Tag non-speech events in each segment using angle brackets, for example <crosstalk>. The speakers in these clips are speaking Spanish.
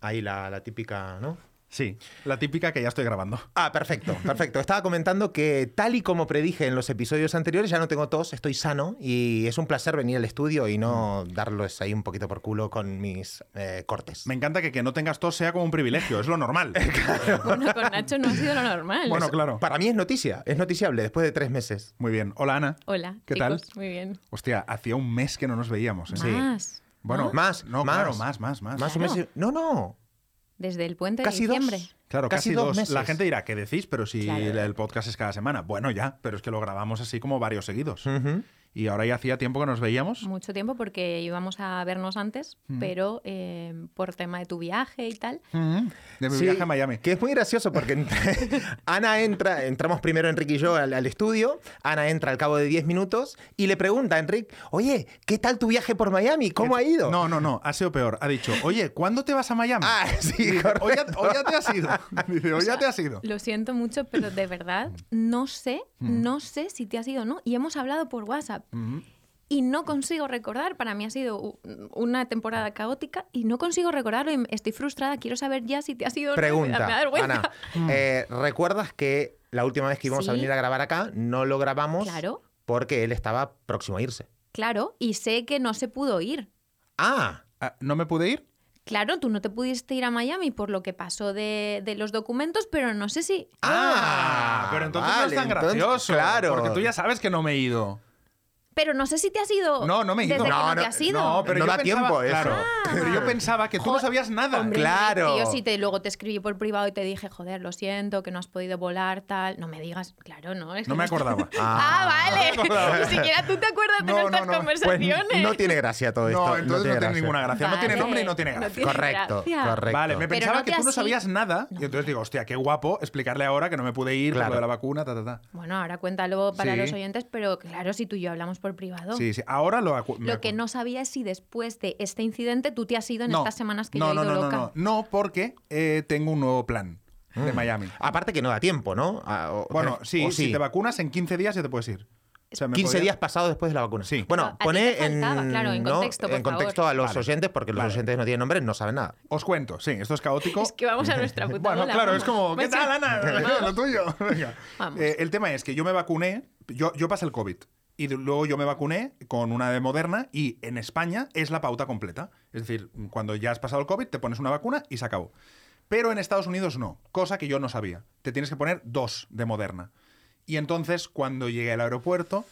Ahí la, la típica, ¿no? Sí, la típica que ya estoy grabando. Ah, perfecto, perfecto. Estaba comentando que tal y como predije en los episodios anteriores, ya no tengo tos, estoy sano y es un placer venir al estudio y no Mm. darlos ahí un poquito por culo con mis eh, cortes. Me encanta que que no tengas tos sea como un privilegio, es lo normal. Bueno, con Nacho no ha sido lo normal. Bueno, claro. Para mí es noticia, es noticiable después de tres meses. Muy bien. Hola, Ana. Hola, ¿Qué chicos, tal? Muy bien. Hostia, hacía un mes que no nos veíamos. ¿eh? Más. Bueno, ¿No? Más, no, más. claro, más, más, más. Más o Claro. menos. No, no. Desde el puente Casi de dos. diciembre. Claro, Casi casi, dos dos. meses. La gente dirá, ¿qué decís? Pero si Claro. el podcast es cada semana. Bueno, ya, pero es que lo grabamos así como varios seguidos. Ujú. Y ahora ya hacía tiempo que nos veíamos. Mucho tiempo porque íbamos a vernos antes, Mm. pero eh, por tema de tu viaje y tal. Mm, De mi Sí, viaje a Miami. Que es muy gracioso porque <laughs> ent- Ana entra, entramos primero Enrique y yo al, al estudio, Ana entra al cabo de 10 minutos y le pregunta a Enrique, oye, ¿qué tal tu viaje por Miami? ¿Cómo ha ido? No, no, no, ha sido peor. Ha dicho, oye, ¿cuándo te vas a Miami? Ah, <laughs> sí, Dice, correcto. hoy, ya, hoy ya te has <laughs> ido. Dice, hoy ya te has ido. Lo siento mucho, pero de verdad Mm. no sé, no sé si te ha sido o no. Y hemos hablado por WhatsApp. Y no consigo recordar, para mí ha sido u- una temporada caótica y no consigo recordarlo. y Estoy frustrada, quiero saber ya si te ha sido o no. <laughs> Me da Pregunta, vergüenza. Ana, eh, ¿recuerdas que la última vez que íbamos a Mm. Sí. venir a grabar acá no lo grabamos Claro. porque él estaba próximo a irse? Claro, y sé que no se pudo ir. Ah, Ah, ¿No me pude ir? Claro, tú no te pudiste ir a Miami por lo que pasó de, de los documentos, pero no sé si... ah, pero entonces no es vale, tan entonces- gracioso. Claro. Porque tú ya sabes que no me he ido. Pero no sé si te has ido... No, no me he ido. Desde que No, no, te no, has ido. No, pero No yo da pensaba- tiempo eso. claro, Ah. pero yo pensaba que tú no Jo- sabes nada. Hombre, Claro. que yo sí te, luego te escribí por privado y te dije, joder, lo siento, que no has podido volar, tal. No me digas, claro, no. es que No me acordaba. <laughs> Ah, <laughs> vale. Ni siquiera tú te acuerdas de No, nuestras no, no. Pues pues conversaciones. no tiene gracia todo esto. No, entonces no tiene gracia. ninguna gracia. No tiene Vale. nombre y no tiene No gracia. tiene Correcto, gracia. correcto. Vale, me Pero pensaba no que te tú no has sabías ido. nada. Y entonces digo, hostia, qué guapo explicarle ahora que no me pude ir por Claro. lo de la vacuna, ta, ta, ta. Bueno, ahora cuéntalo para Sí. los oyentes, pero claro, si tú y yo hablamos por privado. Sí, sí. Ahora lo acu- me Lo que acu- no sabía es si después de este incidente tú te has ido en No. estas semanas que no, yo he no, ido no, loca. No, no, no, porque eh, tengo un nuevo plan de Mm. Miami. Aparte que no da tiempo, ¿no? Ah, o- Bueno, sí, o si te vacunas en 15 días ya te puedes ir. O sea, me 15 podía- días pasados después de la vacuna. Sí. Bueno, No, a ti te pone en, faltaba, claro, en ¿no? contexto, por En contexto favor. a los Vale. oyentes, porque los Vale. oyentes no tienen nombre, no saben nada. Os cuento, sí, esto es caótico. Es que vamos <laughs> a nuestra puta Bueno, bola, claro, <laughs> vamos. es como, ¿qué Venga. tal, Ana? Lo tuyo. Venga. Vamos. Eh, el tema es que yo me vacuné, yo, yo pasé el COVID. Y de- luego yo me vacuné con una de Moderna y en España es la pauta completa. Es decir, cuando ya has pasado el COVID, te pones una vacuna y se acabó. Pero en Estados Unidos no, cosa que yo no sabía. Te tienes que poner dos de Moderna. Y entonces, cuando llegué al aeropuerto,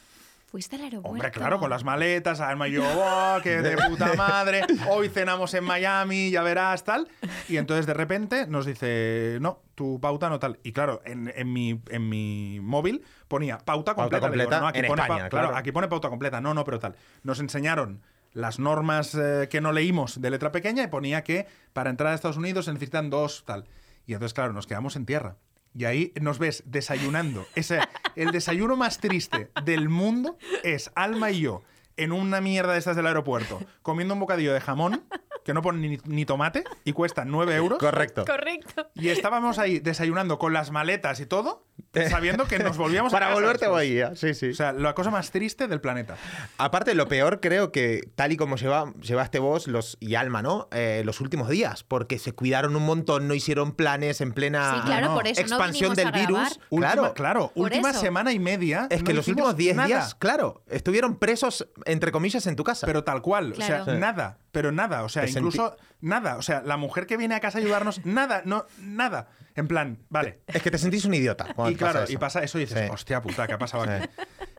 Fuiste al aeropuerto. Hombre, claro, con las maletas, alma y yo, "Oh, que <laughs> de puta madre, hoy cenamos en Miami, ya verás, tal. Y entonces de repente nos dice, no, tu pauta no tal. Y claro, en, en mi, en mi móvil ponía pauta completa. Le digo, completa "No, aquí en pone España, pa- claro. aquí pone pauta completa, no, no, pero tal. Nos enseñaron las normas eh, que no leímos de letra pequeña y ponía que para entrar a Estados Unidos se necesitan dos, tal. Y entonces, claro, nos quedamos en tierra. Y ahí nos ves desayunando. Ese, el desayuno más triste del mundo es Alma y yo en una mierda de estas del aeropuerto, comiendo un bocadillo de jamón que no pone ni, ni tomate y cuesta 9 euros. Correcto. Correcto. Y estábamos ahí desayunando con las maletas y todo, sabiendo que nos volvíamos a Para casa volverte a después. Bahía, sí, sí. O sea, la cosa más triste del planeta. Aparte, lo peor creo que, tal y como lleva, llevaste vos los, y Alma, ¿no? Eh, los últimos días, porque se cuidaron un montón, no hicieron planes en plena Sí, claro, Ah, no. por eso expansión no del vinimos a grabar. virus. Última- Claro, claro, Por última eso. semana y media. Es que no los hicimos últimos 10 nada, días, claro, estuvieron presos, entre comillas, en tu casa. Pero tal cual, o Claro. sea, Sí. nada, pero nada, o sea, Te sentí- incluso nada, o sea, la mujer que viene a casa <laughs> a ayudarnos, nada, no, nada, en plan, vale. es que te sentís un idiota. cuando Y te claro, eso. y pasa eso y dices, Sí. hostia puta, ¿qué ha pasado aquí?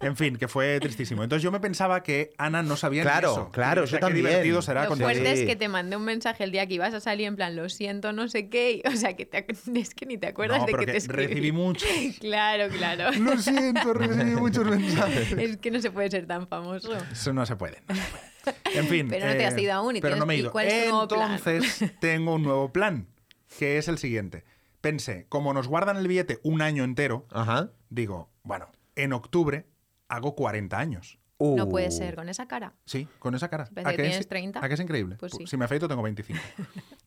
En fin, que fue tristísimo. Entonces yo me pensaba que Ana no sabía ni Claro, eso. claro, O sea, yo qué también. divertido será Lo con fuerte Sí. es que te mandé un mensaje el día que ibas a salir en plan, lo siento, no sé qué. y- <laughs> o sea, que te, es que ni te acuerdas No, de pero que que te escribí. recibí muchos. <laughs> Claro, <laughs> claro. Lo siento, recibí <laughs> muchos mensajes. es que no se puede ser tan famoso. Eso no se puede. no se puede. En fin. eh, Pero no te has ido aún y pero tienes- no me he ¿y ido. cuál es tu nuevo plan? Entonces <laughs> tengo un nuevo plan, que es el siguiente. Pensé, como nos guardan el billete un año entero, Ajá. digo, bueno, en octubre hago 40 años. No puede Uh. ser, con esa cara. Sí, con esa cara. Parece que es- tienes 30? ¿A que es increíble? Pues sí. Si me afeito tengo 25.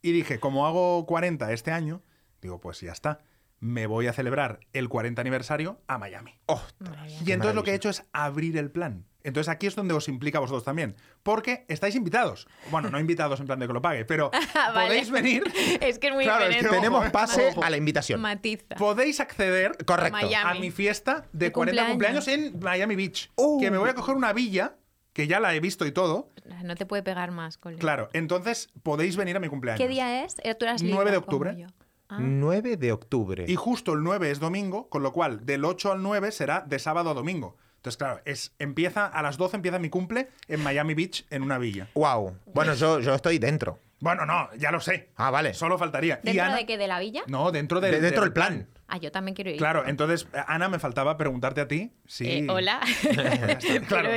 y dije, como hago 40 este año, digo, pues ya está. Me voy a celebrar el 40 aniversario a Miami. Ostras, Madre mía. Y entonces lo que maravilla. he hecho es abrir el plan. Entonces aquí es donde os implica a vosotros también, porque estáis invitados. Bueno, no invitados en plan de que lo pague, <laughs> pero Ah, Vale. podéis venir. Es que es muy Claro, es que diferente. Tenemos pase Ojo. a la invitación. Matiza. Podéis acceder Correcto. Miami. a mi fiesta de, De 40 cumpleaños. Oh. cumpleaños en Miami Beach. Que me voy a coger una villa, que ya la he visto y todo. No te puede pegar más, colega. Claro, entonces podéis venir a mi cumpleaños. ¿Qué día es? Eh, Tú eras 9 de libre, como octubre. yo. Ah. 9 de octubre. Y justo el 9 es domingo, con lo cual del 8 al 9 será de sábado a domingo. Entonces, claro, es, empieza a las 12 empieza mi cumple en Miami Beach en una villa. Wow. Bueno, yo, yo estoy dentro. Bueno, no, ya lo sé. Ah, vale. Solo faltaría. Y ¿Dentro Ana- de qué? ¿De la villa? No, dentro De- del dentro del- del plan. Ah, yo también quiero ir. Claro, entonces, eh, Ana, me faltaba preguntarte a ti. Sí. Eh, <laughs> Hola. Pero ¿de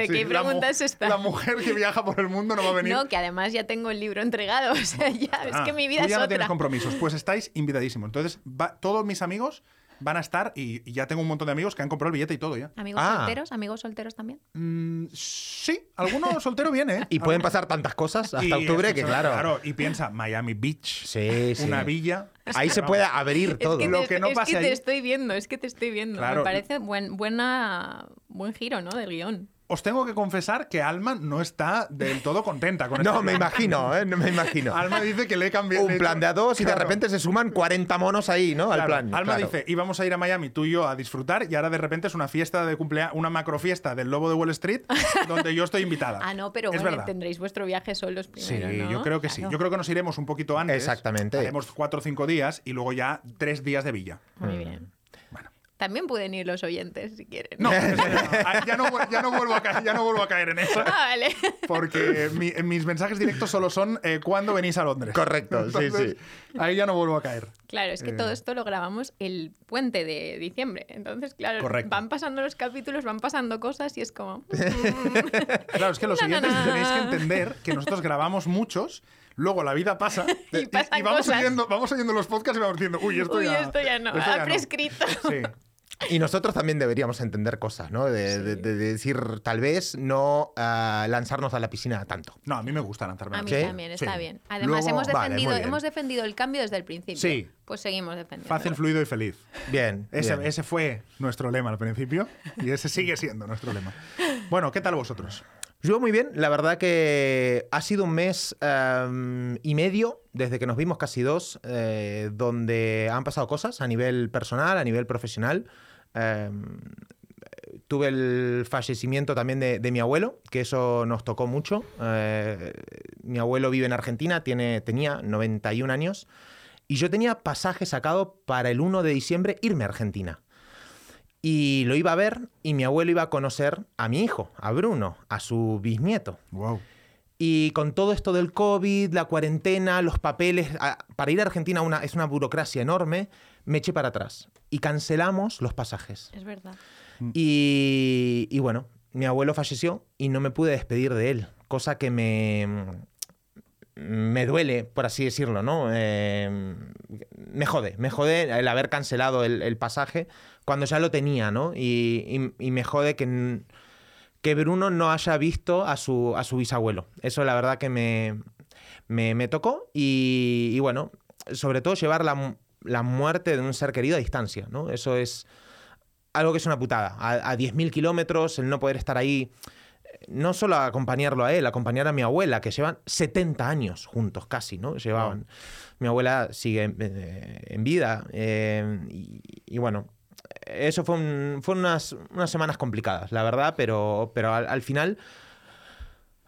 qué pregunta preguntas es esta? La mujer que viaja por el mundo no va a venir. No, que además ya tengo el libro entregado. O sea, ya, es Ah, que mi vida tú es ya no otra. tienes compromisos. Pues estáis invitadísimos. Entonces, va- todos mis amigos van a estar y, y ya tengo un montón de amigos que han comprado el billete y todo ya. Amigos Ah. solteros, amigos solteros también. Mm, sí, <laughs> alguno soltero viene. ¿eh? Y pueden Alguno. pasar tantas cosas hasta Y octubre eso, que, eso, claro. Y piensa, Miami Beach, Sí, sí. una villa. Ahí se puede abrir todo. Es que, Lo te, que no es pase ahí- te estoy viendo, es que te estoy viendo. Claro. Me parece buen, buena, buen giro, ¿no? Del guión. Os tengo que confesar que Alma no está del todo contenta con <laughs> No, esto. me imagino, ¿eh? No me imagino. Alma dice que le he cambiado. Un plan de a dos y de Claro. repente se suman 40 monos ahí, ¿no? Al Claro, plan. Alma claro. dice, íbamos a ir a Miami tú y yo a disfrutar y ahora de repente es una fiesta de cumpleaños, una macrofiesta del Lobo de <laughs> Wall Street donde yo estoy invitada. Ah, no, pero es bueno, verdad. tendréis vuestro viaje solos Sí, primero, ¿no? yo creo que sí. Claro. Yo creo que nos iremos un poquito antes. Exactamente. Haremos cuatro o cinco días y luego ya tres días <laughs> de villa. Muy bien. Bueno. También pueden ir los oyentes si quieren. No, ya no, vuel- ya no vuelvo a caer, ya no vuelvo a caer en eso. <laughs> Ah, vale. <laughs> Porque mi- mis mensajes directos solo son eh, cuando venís a Londres. Correcto, sí, Entonces, Ahí ya no vuelvo a caer. Claro, es que Eh. todo esto lo grabamos el puente de diciembre. Entonces, claro, Correcto. van pasando los capítulos, van pasando cosas y es como. Claro, es <laughs> que los Na, na, siguientes na. tenéis que entender que nosotros grabamos muchos, luego la vida pasa <laughs> Y pasan vamos, cosas. oyendo, vamos oyendo los podcasts y vamos diciendo, uy, esto Uy, ya esto ya no, Ah, esto ha ya prescrito. Sí. Y nosotros también deberíamos entender cosas, ¿no? De, de- de decir, tal vez no ah, lanzarnos a la piscina tanto. No, a mí me gusta lanzarme. A mí ¿Sí? también, está Sí. bien. Además, Luego- hemos, Vale, defendido, muy bien. hemos defendido el cambio desde el principio. Sí. Pues seguimos defendiendo. Fácil, fluido y feliz. Bien. Ese, bien. ese fue nuestro lema al principio y <laughs> ese sigue siendo nuestro lema. Bueno, ¿qué tal vosotros? Yo muy bien, la verdad que ha sido un mes em, y medio, desde que nos vimos casi dos, eh, donde han pasado cosas a nivel personal, a nivel profesional. Em, tuve el fallecimiento también de, de mi abuelo, que eso nos tocó mucho. Eh, mi abuelo vive en Argentina, tiene, tenía 91 años, y yo tenía pasaje sacado para el 1 de diciembre irme a Argentina. Y lo iba a ver y mi abuelo iba a conocer a mi hijo, a Bruno, a su bisnieto. Wow. Y con todo esto del COVID, la cuarentena, los papeles, a- para ir a Argentina una, es una burocracia enorme, me eché para atrás y cancelamos los pasajes. Es verdad. Y, y bueno, mi abuelo falleció y no me pude despedir de él, cosa que me, mm, me duele, por así decirlo, ¿no? Eh, me jode, me jode el haber cancelado el, el pasaje cuando ya lo tenía, ¿no? Y, y- y me jode que, n- que Bruno no haya visto a su, a su bisabuelo. Eso la verdad que me, me, me tocó y, y bueno, sobre todo llevar la, mu- la muerte de un ser querido a distancia, ¿no? Eso es algo que es una putada. A, a 10.000 kilómetros, el no poder estar ahí, eh, no solo acompañarlo a él, acompañar a mi abuela, que llevan 70 años juntos casi, ¿no? Llevaban. Mi abuela sigue eh, en vida eh, y, y bueno. Eso fue, un- fue unas, unas semanas complicadas, la verdad, pero, pero al, al final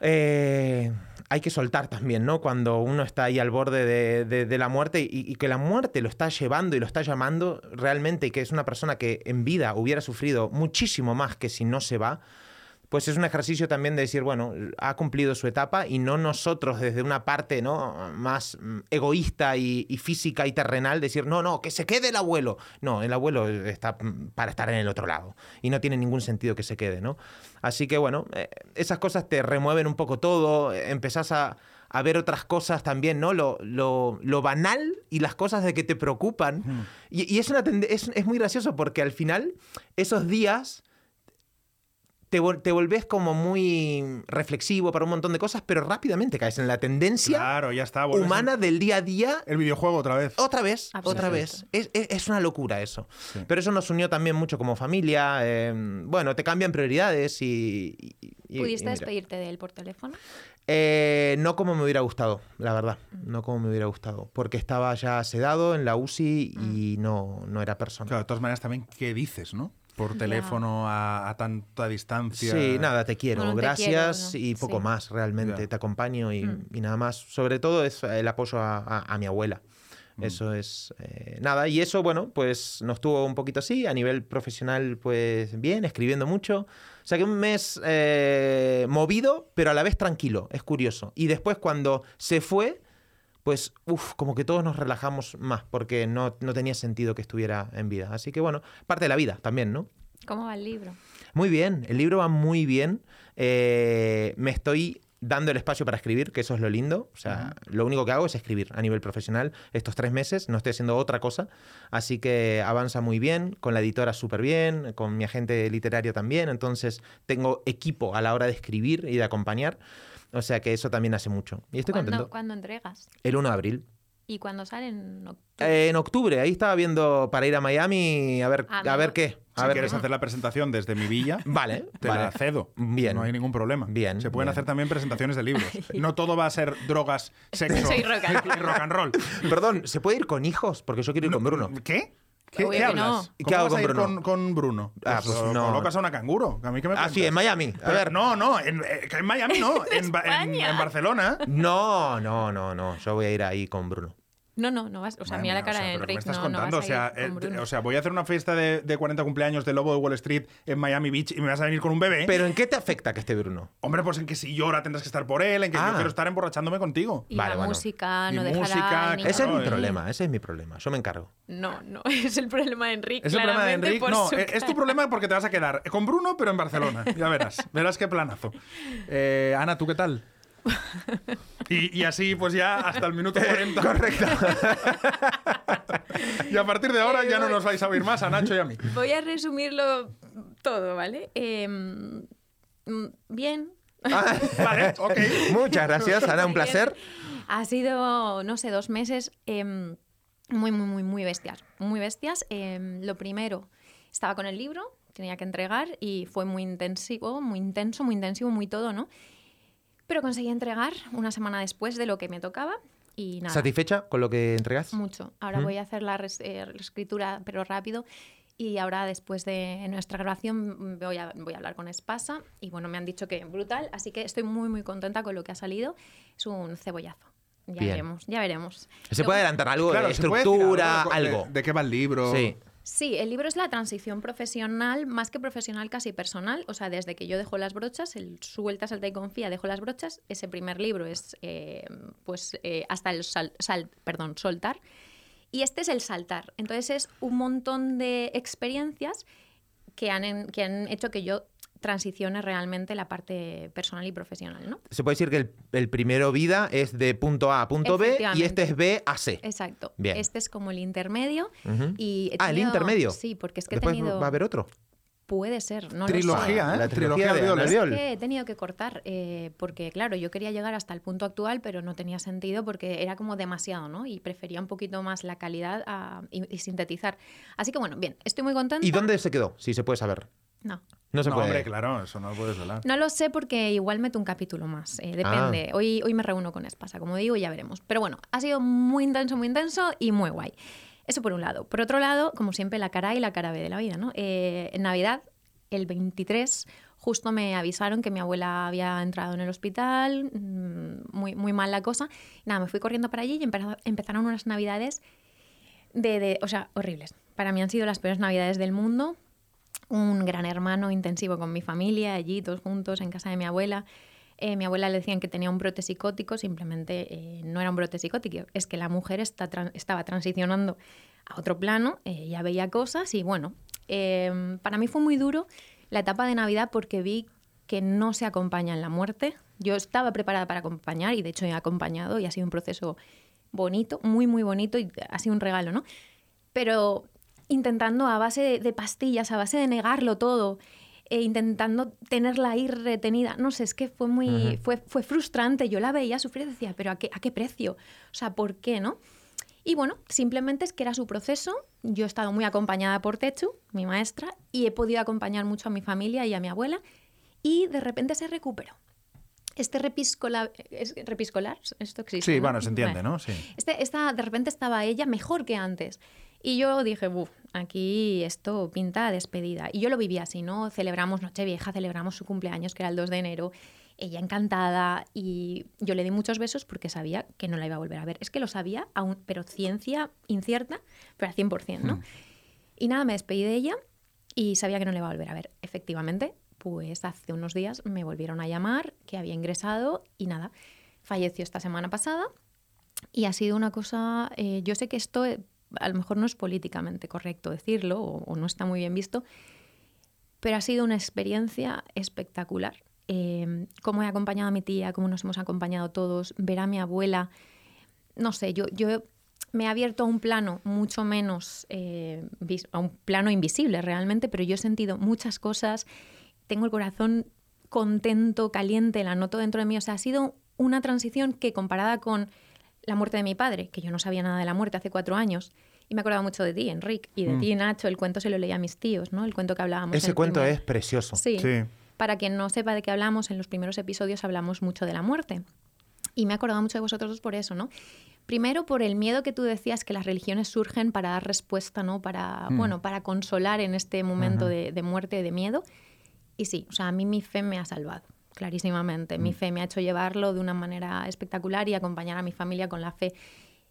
eh, hay que soltar también, ¿no? Cuando uno está ahí al borde de, de- de la muerte y, y que la muerte lo está llevando y lo está llamando realmente y que es una persona que en vida hubiera sufrido muchísimo más que si no se va, pues es un ejercicio también de decir, bueno, ha cumplido su etapa y no nosotros desde una parte ¿no? más mm, egoísta y, y física y terrenal decir, no, no, que se quede el abuelo. No, el abuelo está mm, para estar en el otro lado y no tiene ningún sentido que se quede, ¿no? Así que bueno, eh, esas cosas te remueven un poco todo, eh, empezás a, a ver otras cosas también, ¿no? Lo, lo, lo banal y las cosas de que te preocupan. Y, y es, una tende- es, es muy gracioso porque al final esos días te, vol- te volvés como muy reflexivo para un montón de cosas, pero rápidamente caes en la tendencia Claro, ya está. vuelves humana del día a día. El videojuego otra vez. Otra vez, otra Absolutamente. vez. Es, es- es una locura eso. em, Pero eso nos unió también mucho como familia. eh, bueno, te cambian prioridades y, y- y y- y ¿Pudiste mira. despedirte de él por teléfono? Eh, no como me hubiera gustado, la verdad. Mm. No como me hubiera gustado. Porque estaba ya sedado en la UCI Mm. y no, no era persona. Claro, de todas maneras también, ¿qué dices, no? Por teléfono a, a tanta distancia. Sí, nada, te quiero, Bueno, te gracias quiero, ¿no? y poco Sí. Mm. más realmente. Ya. Te acompaño y, y nada más. Sobre todo es el apoyo a, a- a mi abuela. Eso es eh, nada. Y eso, bueno, pues nos tuvo un poquito así. A nivel profesional, pues bien, escribiendo mucho. O sea que un mes eh, movido, pero a la vez tranquilo. Es curioso. Y después cuando se fue, pues, uff, como que todos nos relajamos más, porque no, no tenía sentido que estuviera en vida. Así que bueno, parte de la vida también, ¿no? ¿Cómo va el libro? Muy bien, el libro va muy bien. Eh, me estoy dando el espacio para escribir, que eso es lo lindo. O sea, lo único que hago es escribir a nivel profesional estos tres meses. No estoy haciendo otra cosa. Así que avanza muy bien, con la editora súper bien, con mi agente literario también. Entonces tengo equipo a la hora de escribir y de acompañar. O sea que eso también hace mucho. Y estoy ¿Cuándo- contento. ¿Cuándo entregas? El 1 de abril. ¿Y cuándo salen? Eh, en octubre, ahí estaba viendo para ir a Miami a ver, Ah, a ver no. qué. A Si ver quieres qué. hacer la presentación desde mi villa, <laughs> Vale, te vale. la cedo. Bien. No hay ningún problema. Bien, Se pueden bien. hacer también presentaciones de <laughs> libros. No todo va a ser drogas, sexo Soy rock and roll. y rock and roll. Perdón, ¿se puede ir con hijos? Porque yo quiero ir con Bruno. ¿Qué? ¿Qué, Obvio qué que hablas? no. ¿Y ¿Cómo qué hago vas a con ir Bruno? Con, con Bruno? Ah, pues o no. Colocas a una canguro. A mí que me Ah, sí, cuentas? en Miami. A Pero- ver. No, no, en, eh, que en Miami no, en, Ba- en- <laughs> España. en Barcelona. No, no, no, no. Yo voy a ir ahí con Bruno. No, no, no vas. O sea, Madre mira la mía, cara o sea, de pero ¿qué Enrique. me estás no, contando? no vas o, sea, a ir eh, con te- Bruno. o sea, voy a hacer una fiesta de, de 40 cumpleaños de Lobo de Wall Street en Miami Beach y me vas a venir con un bebé. ¿Pero en qué te afecta que esté Bruno? Hombre, pues en que si llora tendrás que estar por él, en que Ah. yo quiero estar emborrachándome contigo. y Vale, la bueno. música, Y no dejará música, ni- Claro, Ese es mi eh. problema, ese es mi problema. Yo me <laughs> encargo. No, no, es el problema de Enrique. Es el problema de claramente, Enrique. por No, eh, su es es tu cara. problema porque te vas a quedar con Bruno, pero en <laughs> Barcelona. Ya verás. Verás qué planazo. Eh, Ana, ¿tú qué tal? Y, y así, pues ya hasta el minuto Eh, 40. Correcto. <laughs> y a partir de ahora Eh, ya no nos vais a oír más a Nacho <laughs> y a mí. Voy a resumirlo todo, ¿vale? Eh, mm, bien. <laughs> Vale, ok. Ah, Muchas gracias, <laughs> Ana, un Muy bien. placer. Ha sido, no sé, dos meses eh, muy, muy, muy, muy bestias. Muy bestias. Eh, lo primero, estaba con el libro, tenía que entregar y fue muy intensivo, muy intenso, muy intensivo, muy todo, ¿no? Pero conseguí entregar una semana después de lo que me tocaba y nada. ¿Satisfecha con lo que entregas? Mucho. Ahora voy a hacer la res- eh, reescritura, pero rápido. Y ahora, después de nuestra grabación, mm, voy a, voy a hablar con Espasa. Y bueno, me han dicho que brutal, así que estoy muy, muy contenta con lo que ha salido. Es un cebollazo. Ya Bien. veremos, ya veremos. ¿Se Luego- puede adelantar algo? de se puede decir estructura, algo de- algo. De, de qué va el libro? Sí. Sí, el libro es la transición profesional, más que profesional, casi personal. O sea, desde que yo dejo las brochas, el suelta, salta y confía, dejo las brochas. Ese primer libro es, eh, pues, eh, hasta el sal- sal- perdón, soltar. Y este es el saltar. Entonces es un montón de experiencias que han, en- que han hecho que yo transicione realmente la parte personal y profesional, ¿no? Se puede decir que el, el primero vida es de punto A a punto B y Efectivamente. este es B a C. Exacto. Bien. Este es como el intermedio. Ujú. y he Ah, el tenido- intermedio. Sí, porque es que Después he tenido... va a haber otro. Puede ser, no lo sé. Trilogía, Ah, ¿eh? la trilogía trilogía de de Viola. Ana Es Viol. que he tenido que cortar, eh, porque claro, yo quería llegar hasta el punto actual, pero no tenía sentido porque era como demasiado, ¿no? Y prefería un poquito más la calidad a- y, y sintetizar. Así que bueno, bien, estoy muy contenta. ¿Y dónde se quedó? Si se puede saber. No. No se No, puede. hombre, claro, eso no lo puedes hablar. No lo sé porque igual meto un capítulo más, eh, depende. Hoy, hoy me reúno con Espasa, como digo, y ya veremos. Pero bueno, ha sido muy intenso, muy intenso y muy guay. Eso por un lado. Por otro lado, como siempre, la cara A y la cara B de la vida, ¿no? Eh, en Navidad, el 23, justo me avisaron que mi abuela había entrado en el hospital, mm, muy, muy mal la cosa. Nada, me fui corriendo para allí y empe- empezaron unas Navidades de, de- o sea, horribles. Para mí han sido las peores navidades del mundo. Un gran hermano intensivo con mi familia, allí todos juntos en casa de mi abuela. Eh, mi abuela le decían que tenía un brote psicótico, simplemente eh, no era un brote psicótico, es que la mujer está tran- estaba transicionando a otro plano, eh, ya veía cosas y bueno, eh, para mí fue muy duro la etapa de Navidad porque vi que no se acompaña en la muerte. Yo estaba preparada para acompañar y de hecho he acompañado y ha sido un proceso bonito, muy, muy bonito y ha sido un regalo, ¿no? Pero intentando a base de, de pastillas, a base de negarlo todo, e intentando tenerla ahí retenida, no sé, es que fue muy, fue, fue frustrante, yo la veía sufrir y decía, pero a qué, ¿a qué precio? O sea, ¿por qué, no? Y bueno, simplemente es que era su proceso. Yo he estado muy acompañada por Techu, mi maestra, y he podido acompañar mucho a mi familia y a mi abuela. y de repente se recuperó. Este repiscolar, es, repiscolar, esto existe. Sí, ¿no? bueno, se entiende, Vale. ¿no? Sí. Este, esta, de repente estaba ella mejor que antes. Y yo dije, buf, aquí esto pinta despedida. Y yo lo viví así, ¿no? Celebramos Nochevieja, celebramos su cumpleaños, que era el 2 de enero. Ella encantada y yo le di muchos besos porque sabía que no la iba a volver a ver. Es que lo sabía, aún, pero ciencia incierta, pero al 100%, ¿no? Y nada, me despedí de ella y sabía que no le iba a volver a ver. Efectivamente, pues hace unos días me volvieron a llamar, que había ingresado y nada, falleció esta semana pasada y ha sido una cosa, eh, yo sé que esto eh, a lo mejor no es políticamente correcto decirlo o, o no está muy bien visto, pero ha sido una experiencia espectacular. Eh, cómo he acompañado a mi tía, cómo nos hemos acompañado todos, ver a mi abuela, no sé, yo, yo me he abierto a un plano mucho menos, eh, vis- a un plano invisible realmente, pero yo he sentido muchas cosas, tengo el corazón contento, caliente, la noto dentro de mí, o sea, ha sido una transición que comparada con la muerte de mi padre, que yo no sabía nada de la muerte hace cuatro años, y me acordaba mucho de ti, Enrique, y de ti, Nacho, el cuento se lo leía a mis tíos, ¿no? El cuento que hablábamos. Ese en cuento primer- es precioso. Sí. Sí. Para quien no sepa de qué hablamos, en los primeros episodios hablamos mucho de la muerte. Y me he acordado mucho de vosotros dos por eso, ¿no? Primero, por el miedo que tú decías que las religiones surgen para dar respuesta, ¿no? Para, Mm. bueno, para consolar en este momento de, de muerte, de miedo. Y sí, o sea, a mí mi fe me ha salvado, clarísimamente. Mm. Mi fe me ha hecho llevarlo de una manera espectacular y acompañar a mi familia con la fe.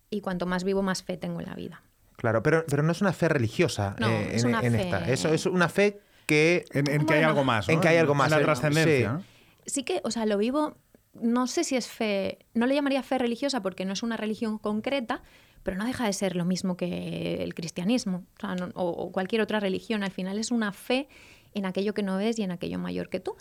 Y cuanto más vivo, más fe tengo en la vida. Claro, pero, pero no es una fe religiosa No, eh, es en, una en fe- esta. Eso es una fe que En, en que hay Bueno. algo más. ¿no? En que hay algo más, la eh, trascendencia. sí. ¿no? sí que, o sea, lo vivo, no sé si es fe, no le llamaría fe religiosa porque no es una religión concreta, pero no deja de ser lo mismo que el cristianismo o, sea, no- o- o cualquier otra religión. Al final es una fe en aquello que no ves y en aquello mayor que tú.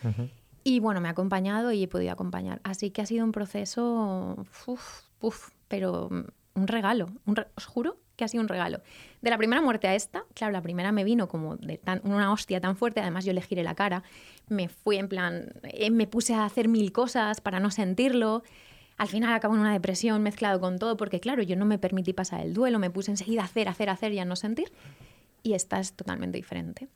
Y bueno, me ha acompañado y he podido acompañar. Así que ha sido un proceso, uf, uf, pero mm, un regalo, un re- os juro que ha sido un regalo. De la primera muerte a esta, claro, la primera me vino como de tan, una hostia tan fuerte, además yo le giré la cara, me fui en plan, eh, me puse a hacer mil cosas para no sentirlo. Al final acabo en una depresión mezclado con todo, porque claro, yo no me permití pasar el duelo, me puse enseguida a hacer, hacer, hacer y a no sentir. Y esta es totalmente diferente.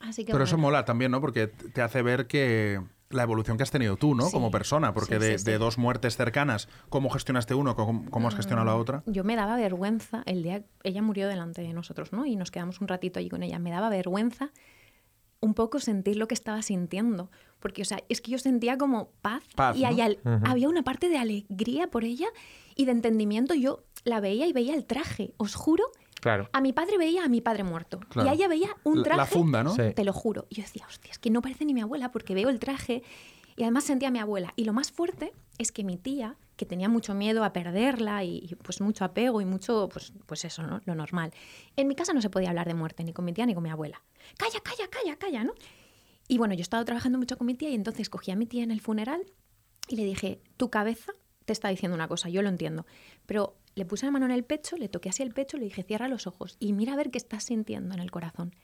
Así que Pero bueno. eso mola también, ¿no? Porque t- te hace ver que la evolución que has tenido tú, ¿no? Sí. Como persona, porque Sí, de, sí, Mm. sí. de dos muertes cercanas, ¿cómo gestionaste uno? ¿Cómo, cómo has gestionado la otra? Yo me daba vergüenza el día ella murió delante de nosotros, ¿no? Y nos quedamos un ratito allí con ella. Me daba vergüenza un poco sentir lo que estaba sintiendo, porque o sea, es que yo sentía como paz, Paz, y ¿no? había, había una parte de alegría por ella y de entendimiento. Yo la veía y veía el traje, os juro. Claro. A mi padre veía a mi padre muerto y Claro. a ella veía un La- traje La funda, ¿no? Sí. te lo juro. Y yo decía, hostia, es que no parece ni mi abuela porque veo el traje y además sentía a mi abuela. Y lo más fuerte es que mi tía, que tenía mucho miedo a perderla y, y, pues mucho apego y mucho, pues, pues eso, ¿no? Lo normal. En mi casa no se podía hablar de muerte, ni con mi tía ni con mi abuela. Calla, calla, calla, calla, ¿no? Y bueno, yo he estado trabajando mucho con mi tía y entonces cogí a mi tía en el funeral y le dije, tu cabeza te está diciendo una cosa, yo lo entiendo. Pero le puse la mano en el pecho, le toqué así el pecho, le dije, cierra los ojos y mira a ver qué estás sintiendo en el corazón.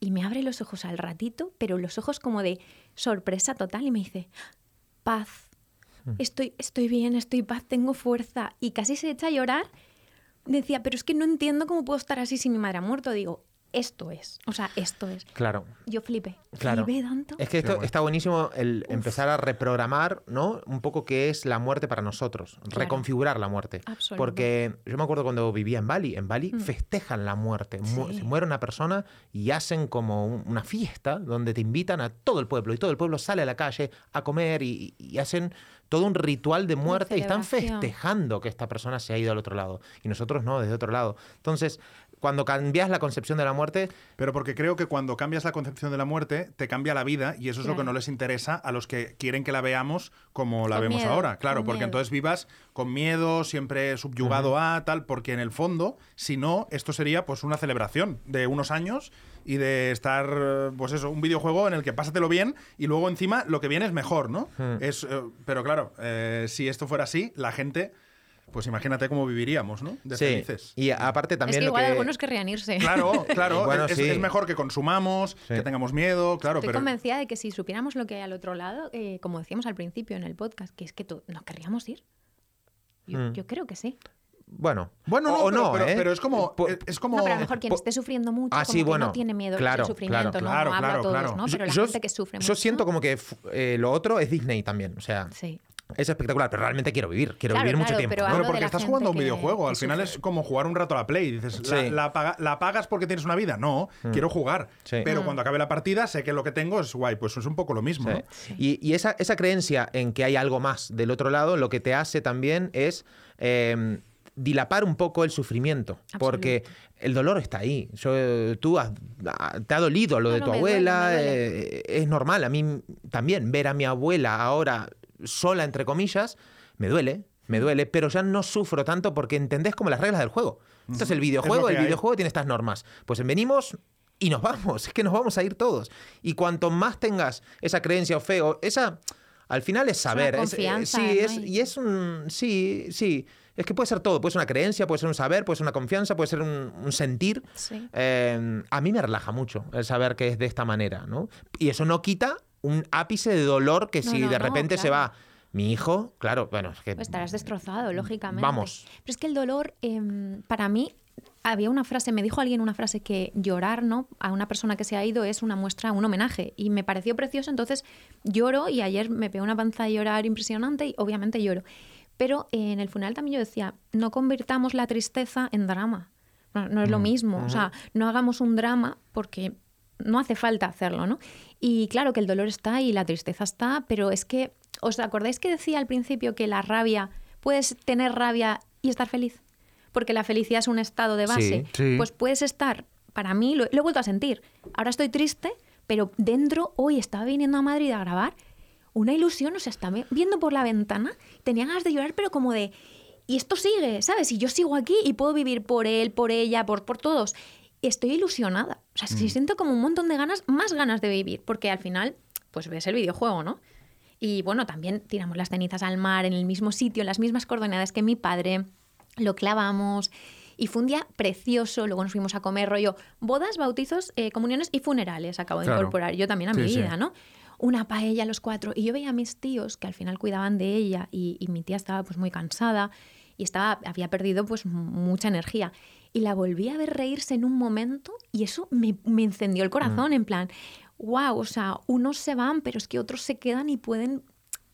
Y me abre los ojos al ratito, pero los ojos como de sorpresa total y me dice, paz, Hmm. estoy, estoy bien, estoy paz, tengo fuerza. Y casi se echa a llorar. Decía, pero es que no entiendo cómo puedo estar así si mi madre ha muerto. Digo, esto es, o sea, esto es. Claro. Yo flipé. Claro. Flipé tanto. Es que esto bueno. está buenísimo el empezar a reprogramar, ¿no? Un poco qué es la muerte para nosotros, Claro. reconfigurar la muerte. Absoluto. Porque yo me acuerdo cuando vivía en Bali, en Bali festejan la muerte, Mu- Mm. Sí. se muere una persona y hacen como un- una fiesta donde te invitan a todo el pueblo y todo el pueblo sale a la calle a comer y, y hacen todo un ritual de muerte y están celebración. festejando festejando que esta persona se ha ido al otro lado y nosotros no, desde otro lado. Entonces, cuando cambias la concepción de la muerte, Pero porque creo que cuando cambias la concepción de la muerte, te cambia la vida y eso es lo que no Claro. les interesa a los que quieren que la veamos como la Con vemos miedo, ahora. Claro, con porque miedo. entonces vivas con miedo, siempre subyugado a tal, porque en el fondo, si no, esto sería pues una celebración de unos años y de estar, eh, pues eso, un videojuego en el que pásatelo bien y luego encima lo que viene es mejor, ¿no? Hmm. Es, eh, pero claro, eh, si esto fuera así, la gente, pues imagínate cómo viviríamos, ¿no? De sí. felices. Y aparte Es también que lo igual que... algunos querrían irse. <laughs> Claro, claro. Bueno, es, sí. es mejor que consumamos, que tengamos miedo, claro, Estoy pero. convencida de que si supiéramos lo que hay al otro lado, eh, Hmm. como decíamos al principio en el podcast, que es que to- nos querríamos ir. Yo, yo creo que sí. bueno. Bueno, no, o pero, no, pero, ¿eh? pero es como. Po- es como No, pero a lo mejor quien po- esté sufriendo mucho Ah, como sí, que bueno, no tiene miedo claro, del sufrimiento, claro, no, claro, no hablo claro, a todos, claro. ¿no? Pero la Yo- gente que sufre mucho. Yo siento como que f- eh, lo otro es Disney también. O sea, Sí. es espectacular, pero realmente quiero vivir. Quiero Claro, vivir mucho claro, tiempo. pero ¿no? Bueno, hablo de porque la estás gente jugando a un que- videojuego. que Al final sufre. es como jugar un rato a la Play. Dices, la, Sí. Mm. la paga- la pagas porque tienes una vida. No, quiero jugar. Sí. Mm. Pero cuando acabe la partida, sé que lo que tengo es guay. Pues es un poco lo mismo. ¿no? Sí. Y, y esa, esa creencia en que hay algo más del otro lado, lo que te hace también es eh, dilapar un poco el sufrimiento. Absoluto. Porque el dolor está ahí. Yo- tú has- ah, te ha dolido lo No, de no, tu me duele, abuela. me duele. eh, es normal. A mí también ver a mi abuela ahora sola, entre comillas, me duele. Me duele, pero ya no sufro tanto porque entendés como las reglas del juego. Entonces el videojuego, que el hay. videojuego tiene estas normas. Pues venimos y nos vamos, <laughs> es que nos vamos a ir todos. Y cuanto más tengas esa creencia o feo, esa al final es saber. es- eh, confianza, sí, ¿no? es, y es un. Sí, sí. Es que puede ser todo. Puede ser una creencia, puede ser un saber, puede ser una confianza, puede ser un, un sentir. Sí. Eh, a mí me relaja mucho el saber que es de esta manera, ¿no? Y eso no quita un ápice de dolor que No, si no, de no, repente se claro. va mi hijo, claro, bueno, es que. Pues estarás destrozado, lógicamente. Vamos. Pero es que el dolor, em, para mí, había una frase, me dijo alguien una frase que llorar ¿no? a una persona que se ha ido es una muestra, un homenaje. Y me pareció precioso, entonces lloro y ayer me pegó una panza de llorar impresionante y obviamente lloro. Pero eh, en el funeral también yo decía, no convirtamos la tristeza en drama. No, no es Mm. lo mismo. O sea, no hagamos un drama porque no hace falta hacerlo, ¿no? Y claro que el dolor está y la tristeza está, pero es que, ¿os acordáis que decía al principio que la rabia, puedes tener rabia y estar feliz? Porque la felicidad es un estado de base. Sí, sí. Pues puedes estar, para mí, lo, lo he vuelto a sentir. Ahora estoy triste, pero dentro, hoy estaba viniendo a Madrid a grabar, una ilusión, o sea, estaba viendo por la ventana, tenía ganas de llorar, pero como de, y esto sigue, ¿sabes? Y yo sigo aquí y puedo vivir por él, por ella, por, por todos. Estoy ilusionada. O sea, sí siento como un montón de ganas, más ganas de vivir, porque al final, pues ves el videojuego, ¿no? Y bueno, también tiramos las cenizas al mar, en el mismo sitio, en las mismas coordenadas que mi padre, lo clavamos. Y fue un día precioso, luego nos fuimos a comer rollo bodas, bautizos, eh, comuniones y funerales. Acabo de Claro. incorporar yo también a mi Sí, sí. vida, ¿no? Una paella los cuatro. Y yo veía a mis tíos que al final cuidaban de ella y, y mi tía estaba pues muy cansada y estaba, había perdido pues m- mucha energía. Y la volví a ver reírse en un momento y eso me, me encendió el Mm. corazón, en plan, wow, o sea, unos se van, pero es que otros se quedan y pueden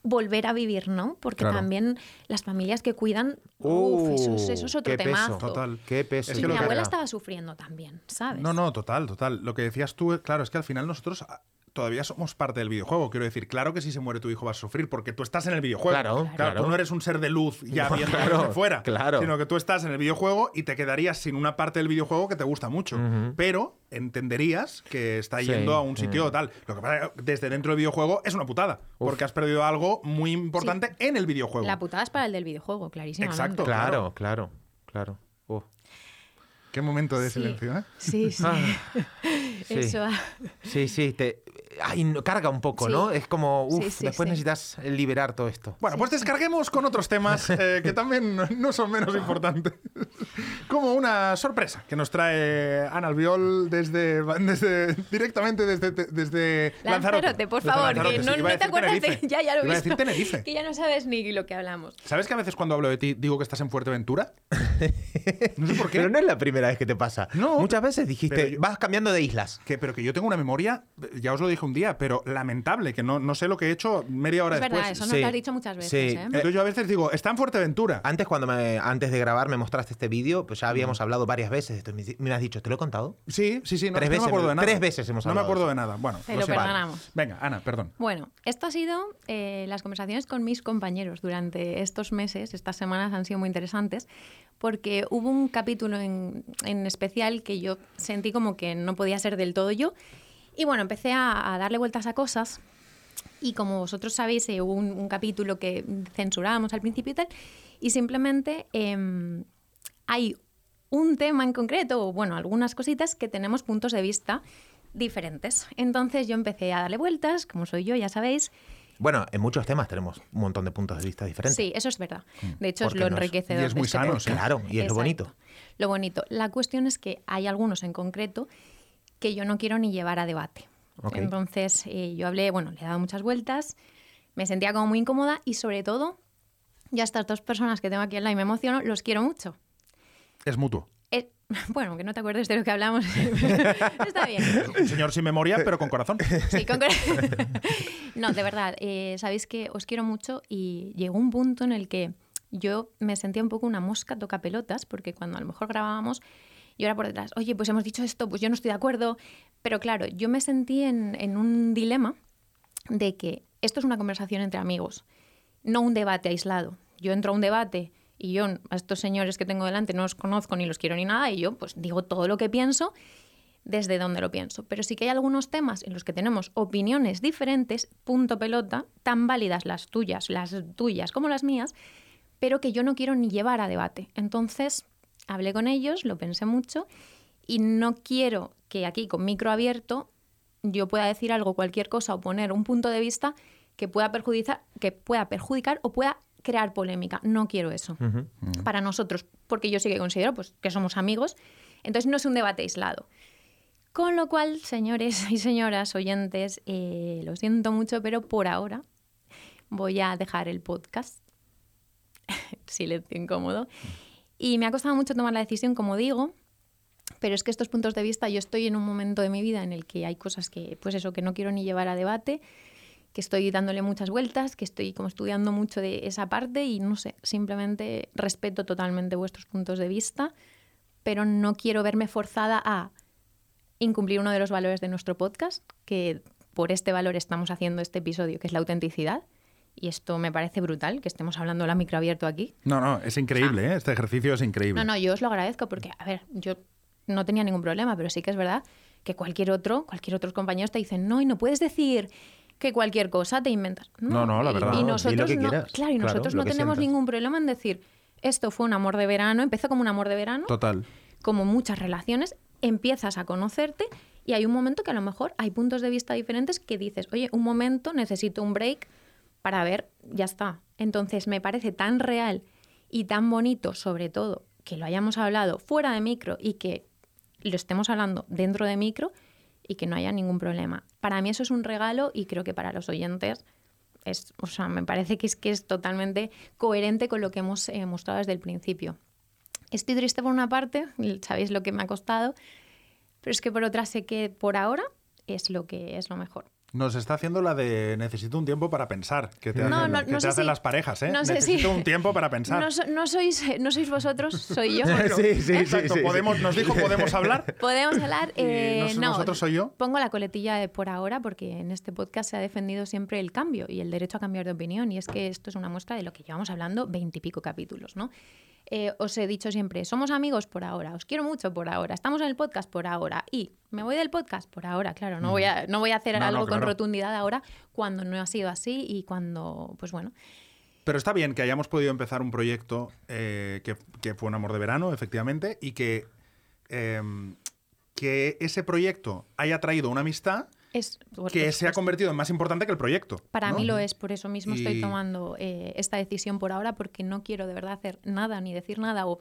volver a vivir, ¿no? Porque Claro. también las familias que cuidan, uff, eso, es- eso es otro Uh, qué peso, temazo. total. Qué peso. Es Y que lo mi que- abuela estaba sufriendo también, ¿sabes? No, no, total, total. Lo que decías tú, claro, es que al final nosotros ah, todavía somos parte del videojuego. Quiero decir, claro que si se muere tu hijo vas a sufrir, porque tú estás en el videojuego. Claro, claro. Tú no eres un ser de luz <laughs> ya No, viendo claro, desde fuera, claro. sino que tú estás en el videojuego y te quedarías sin una parte del videojuego que te gusta mucho. Pero entenderías que está Sí, Mm. yendo a un sitio tal. Lo que pasa es que desde dentro del videojuego es una putada, porque has perdido algo muy importante en el videojuego. La putada es para el del videojuego, clarísimamente. Exacto. Claro, claro, claro. Uh, Qué momento de Sí. silencio, ¿eh? Sí, sí. sí. Eso. Ah, ah, Sí, sí, te ay, no- carga un poco, Sí. ¿no? Es como, uff, Sí, sí, después sí. necesitas liberar todo esto. Bueno, pues descarguemos con otros <laughs> temas eh, que también no son menos importantes. <laughs> Como una sorpresa que nos trae Ana Albiol desde, desde directamente desde, desde Lanzarote, por <laughs> favor, Lanzarote, que sí, no, iba a no te decir acuerdas de... Tenerife. <laughs> Ya, ya lo he Iba a visto. decir Tenerife. <laughs> Que ya no sabes ni lo que hablamos. ¿Sabes que a veces cuando hablo de ti digo que estás <laughs> en Fuerteventura? No sé por qué. Pero no es la primera vez que te pasa. No. Muchas veces dijiste, Pero yo- vas cambiando de islas. Que, pero que yo tengo una memoria, ya os lo dije un día, pero lamentable, que no, no sé lo que he hecho media hora Es verdad, después. eso nos sí, lo has dicho muchas veces. sí. ¿eh? Entonces yo a veces digo, está en Fuerteventura. Antes, cuando me, antes de grabar me mostraste este vídeo, pues ya habíamos hablado varias veces de esto. y Me, di- me has dicho, ¿te lo he contado? Sí, sí, sí, no, Tres veces es que no me acuerdo hemos- de nada. tres veces hemos No me hablado de acuerdo eso. de nada. Bueno, Te lo lo siento. perdonamos. Venga, Ana, perdón. Bueno, esto ha sido eh, las conversaciones con mis compañeros durante estos meses, estas semanas han sido muy interesantes, porque hubo un capítulo en, en especial que yo sentí como que no podía ser del todo yo. Y bueno, empecé a, a darle vueltas a cosas. Y como vosotros sabéis, eh, hubo un, un capítulo que censurábamos al principio y tal. Y simplemente em, hay un tema en concreto, o bueno, algunas cositas que tenemos puntos de vista diferentes. Entonces yo empecé a darle vueltas, como soy yo, ya sabéis. Bueno, en muchos temas tenemos un montón de puntos de vista diferentes. Sí, eso es verdad. De hecho, es Mm. Porque lo no es- enriquecedor. y es de muy este sano, podcast. sí. Claro, y es lo Exacto. bonito. Lo bonito. La cuestión es que hay algunos en concreto que yo no quiero ni llevar a debate. Ok. Entonces, eh, yo hablé, bueno, le he dado muchas vueltas, me sentía como muy incómoda y sobre todo, ya estas dos personas que tengo aquí en la y me emociono, los quiero mucho. Es <laughs> mutuo. Eh, <laughs> bueno, que no te acuerdes de lo que hablamos. <laughs> Está bien. Un señor sin memoria, pero con corazón. Sí, con cora- <laughs> no, de verdad, eh, sabéis que os quiero mucho y llegó un punto en el que yo me sentía un poco una mosca toca pelotas, porque cuando a lo mejor grabábamos, yo era por detrás, oye, pues hemos dicho esto, pues yo no estoy de acuerdo. Pero claro, yo me sentí en, en un dilema de que esto es una conversación entre amigos, no un debate aislado. Yo entro a un debate y yo a estos señores que tengo delante no los conozco ni los quiero ni nada, y yo pues digo todo lo que pienso desde donde lo pienso. Pero sí que hay algunos temas en los que tenemos opiniones diferentes, punto pelota, tan válidas las tuyas, las tuyas como las mías, pero que yo no quiero ni llevar a debate. Entonces, hablé con ellos, lo pensé mucho y no quiero que aquí con micro abierto yo pueda decir algo, cualquier cosa o poner un punto de vista que pueda perjudicar, que pueda perjudicar o pueda crear polémica. No quiero eso Ujú. para nosotros, porque yo sí que considero pues, que somos amigos. Entonces no es un debate aislado. Con lo cual, señores y señoras oyentes, eh, lo siento mucho, pero por ahora voy a dejar el podcast. <laughs> Silencio incómodo. Y me ha costado mucho tomar la decisión, como digo, pero es que estos puntos de vista, yo estoy en un momento de mi vida en el que hay cosas que, pues eso, que no quiero ni llevar a debate, que estoy dándole muchas vueltas, que estoy como estudiando mucho de esa parte y no sé, simplemente respeto totalmente vuestros puntos de vista, pero no quiero verme forzada a incumplir uno de los valores de nuestro podcast, que por este valor estamos haciendo este episodio, que es la autenticidad. Y esto me parece brutal, que estemos hablando la micro abierto aquí. No, no, es increíble, ¿eh? Este ejercicio es increíble. No, no, yo os lo agradezco porque, a ver, yo no tenía ningún problema, pero sí que es verdad que cualquier otro, cualquier otros compañeros te dicen, no, y no puedes decir que cualquier cosa te inventas. No, no, la y- verdad, Y, no, di lo nosotros que no, quieras. claro, y Claro, nosotros lo no que tenemos sientas. ningún problema en decir, esto fue un amor de verano, empezó como un amor de verano, Total. como muchas relaciones, empiezas a conocerte y hay un momento que a lo mejor hay puntos de vista diferentes que dices, oye, un momento, necesito un break para ver, ya está. Entonces me parece tan real y tan bonito, sobre todo, que lo hayamos hablado fuera de micro y que lo estemos hablando dentro de micro y que no haya ningún problema. Para mí eso es un regalo y creo que para los oyentes es, o sea, me parece que es que es totalmente coherente con lo que hemos eh, mostrado desde el principio. Estoy triste por una parte, sabéis lo que me ha costado, pero es que por otra sé que por ahora es lo que es lo mejor. Nos está haciendo la de necesito un tiempo para pensar, que te No, hacen, no, que no te sé hacen si- las parejas, ¿eh? no sé si- necesito un tiempo para pensar. <laughs> No, so- no sois, eh, no sois vosotros, soy yo. ¿Eh? Sí, sí, sí, Exacto, sí, sí. podemos, nos dijo podemos hablar. Podemos hablar. Y eh, nos- no, nosotros soy yo. Pongo la coletilla de por ahora porque en este podcast se ha defendido siempre el cambio y el derecho a cambiar de opinión. Y es que esto es una muestra de lo que llevamos hablando veintipico capítulos, ¿no? Eh, os he dicho siempre, somos amigos por ahora, os quiero mucho por ahora, estamos en el podcast por ahora y me voy del podcast por ahora, claro, no voy a, no voy a hacer No, no, algo claro. con rotundidad ahora cuando no ha sido así y cuando, pues bueno, Pero está bien que hayamos podido empezar un proyecto eh, que, que fue un amor de verano, efectivamente, y que, em, que ese proyecto haya traído una amistad es... pues, que es- se ha convertido en más importante que el proyecto. Para ¿no? mí lo es, por eso mismo Y- estoy tomando eh, esta decisión por ahora, porque no quiero de verdad hacer nada ni decir nada o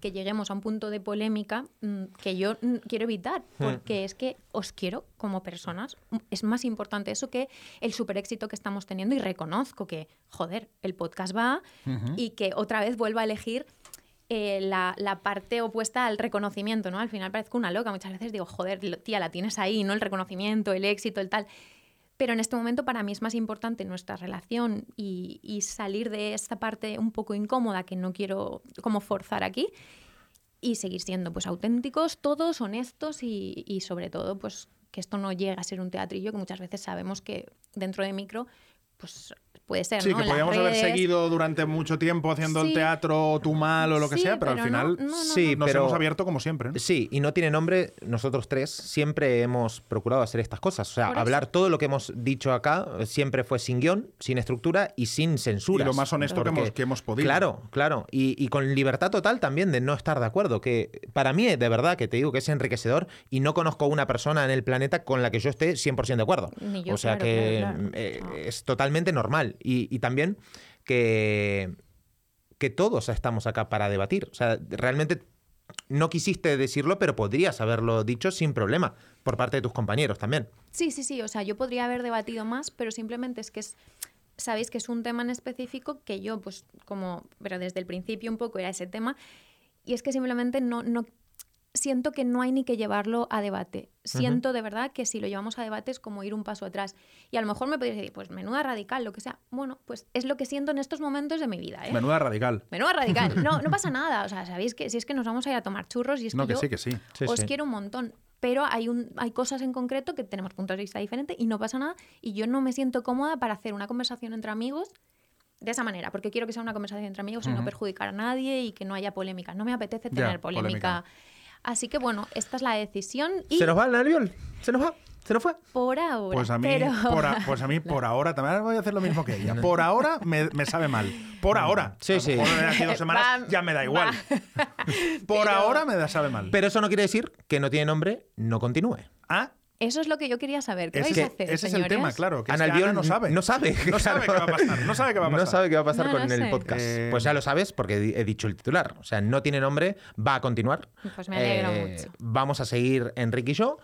que lleguemos a un punto de polémica mm, que yo mm, quiero evitar, Hmm. porque es que os quiero como personas. Mm, Es más importante eso que el super éxito que estamos teniendo y reconozco que, joder, el podcast va y que otra vez vuelva a elegir. eh, la, la parte opuesta al reconocimiento, ¿no? Al final parezco una loca. Muchas veces digo, joder, lo- tía, la tienes ahí, ¿no? El reconocimiento, el éxito, el tal. Pero en este momento para mí es más importante nuestra relación y, y salir de esta parte un poco incómoda que no quiero como forzar aquí y seguir siendo pues auténticos, todos honestos y, y sobre todo pues que esto no llegue a ser un teatrillo que muchas veces sabemos que dentro de micro pues puede ser, Sí, ¿no? que En las podíamos haber redes. seguido durante mucho tiempo haciendo el Sí. teatro o tú mal o lo que Sí, sea, pero, al pero final no, no, no, Sí, nos pero- hemos abierto como siempre. ¿no? Sí, y no tiene nombre. Nosotros tres siempre hemos procurado hacer estas cosas. O sea, Por eso. hablar todo lo que hemos dicho acá eh, siempre fue sin guión, sin estructura y sin censura. Y lo más honesto que hemos- que hemos podido. Claro, claro. Y, y con libertad total también de no estar de acuerdo. Que para mí, de verdad, que te digo que es enriquecedor y no conozco una persona en el planeta con la que yo esté 100% de acuerdo. Ni yo, o sea claro, que claro, Ah. claro. mm, eh, No. es totalmente normal. Y, y también que que todos estamos acá para debatir. O sea, realmente no quisiste decirlo, pero podrías haberlo dicho sin problema por parte de tus compañeros también. Sí, sí, sí. O sea, yo podría haber debatido más, pero simplemente es que es. Sabéis que es un tema en específico que yo, pues, como. Pero desde el principio un poco era ese tema. Y es que simplemente no, no siento que no hay ni que llevarlo a debate. Siento de verdad que si lo llevamos a debate es como ir un paso atrás. Y a lo mejor me podéis decir, pues menuda radical, lo que sea. Bueno, pues es lo que siento en estos momentos de mi vida. ¿eh? Menuda radical. Menuda radical. No, no pasa nada. O sea, sabéis que si es que nos vamos a ir a tomar churros y es No, que, que yo sí, que sí. Sí, os sí. quiero un montón. Pero hay, un, hay cosas en concreto que tenemos puntos de vista diferentes y no pasa nada. Y yo no me siento cómoda para hacer una conversación entre amigos de esa manera, porque quiero que sea una conversación entre amigos y no perjudicar a nadie y que no haya polémica. No me apetece Ya, tener polémica. polémica. Así que bueno, esta es la decisión y Se nos va el nerviol. Se nos va. Se nos fue. por ahora. Pues a mí, pero- por, a- pues a <laughs> mí por ahora también voy a hacer lo mismo que ella. Por ahora me, me sabe mal. Por ahora. <laughs> Sí, A lo sí. mejor en aquí dos semanas Va- ya me da <laughs> igual. va. Por Pero- ahora me da sabe mal. Pero eso no quiere decir que no tiene nombre, no continúe. Ah, Eso es lo que yo quería saber. ¿Qué ese, vais a hacer, ese es el señores? tema, claro. Que es Ana que Ana Albiol no sabe. No sabe. No sabe qué va a pasar. No sabe qué va a pasar. No sabe qué va a pasar No, con no el sé. podcast. Eh, Pues ya lo sabes porque di- he dicho el titular. O sea, no tiene nombre, va a continuar. Pues me alegro Eh, mucho. Eh, Vamos a seguir Enrique y yo.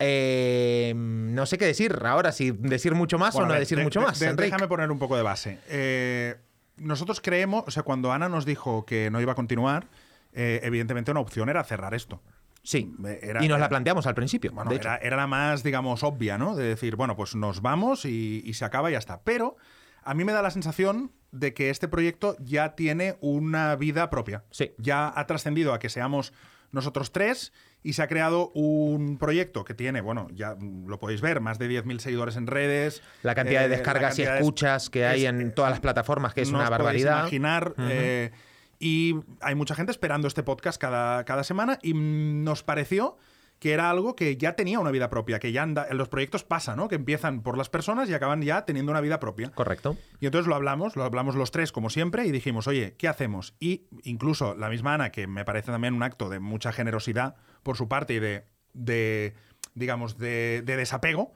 Eh, no sé qué decir ahora, si decir mucho más Bueno, o no de- decir de- mucho de- más. de- Enrique. déjame poner un poco de base. Eh, nosotros creemos, o sea, cuando Ana nos dijo que no iba a continuar, eh, evidentemente una opción era cerrar esto. Eh, Sí. Era- y nos la era- planteamos al principio. Bueno, de hecho. era, era la más, digamos, obvia, ¿no? De decir, bueno, pues nos vamos y, y se acaba y ya está. Pero a mí me da la sensación de que este proyecto ya tiene una vida propia. Sí. Ya ha trascendido a que seamos nosotros tres y se ha creado un proyecto que tiene, bueno, ya mm, lo podéis ver, más de 10.000 seguidores en redes. La cantidad eh, de la descargas cantidad y de- escuchas que hay es- en todas las plataformas, que es no una os podéis barbaridad. imaginar. eh, y hay mucha gente esperando este podcast cada, cada semana y mm, nos pareció que era algo que ya tenía una vida propia, que ya anda, los proyectos pasan, ¿no? Que empiezan por las personas y acaban ya teniendo una vida propia. Correcto. Y entonces lo hablamos, lo hablamos los tres como siempre y dijimos, oye, ¿qué hacemos? Y incluso la misma Ana, que me parece también un acto de mucha generosidad por su parte y de, de, digamos, de, de desapego,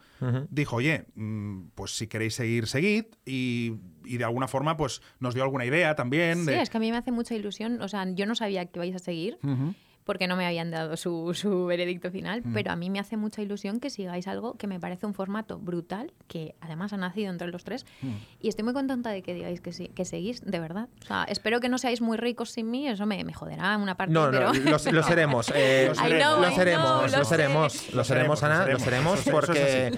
dijo, oye, mm, pues si queréis seguir, seguid. Y, y de alguna forma, pues nos dio alguna idea también. Sí, de- es que a mí me hace mucha ilusión. O sea, yo no sabía que vais a seguir Ujú. porque no me habían dado su, su veredicto final, Mm. pero a mí me hace mucha ilusión que sigáis algo que me parece un formato brutal, que además ha nacido entre los tres, Mm. y estoy muy contenta de que digáis que, sí, que seguís, de verdad. O sea, espero que no seáis muy ricos sin mí, eso me, me joderá en una parte, No, pero... no, <laughs> lo, lo seremos. eh, Lo seremos. lo I seremos, know, I know, lo lo seremos, lo seremos, Ana, lo seremos, Eso- eso es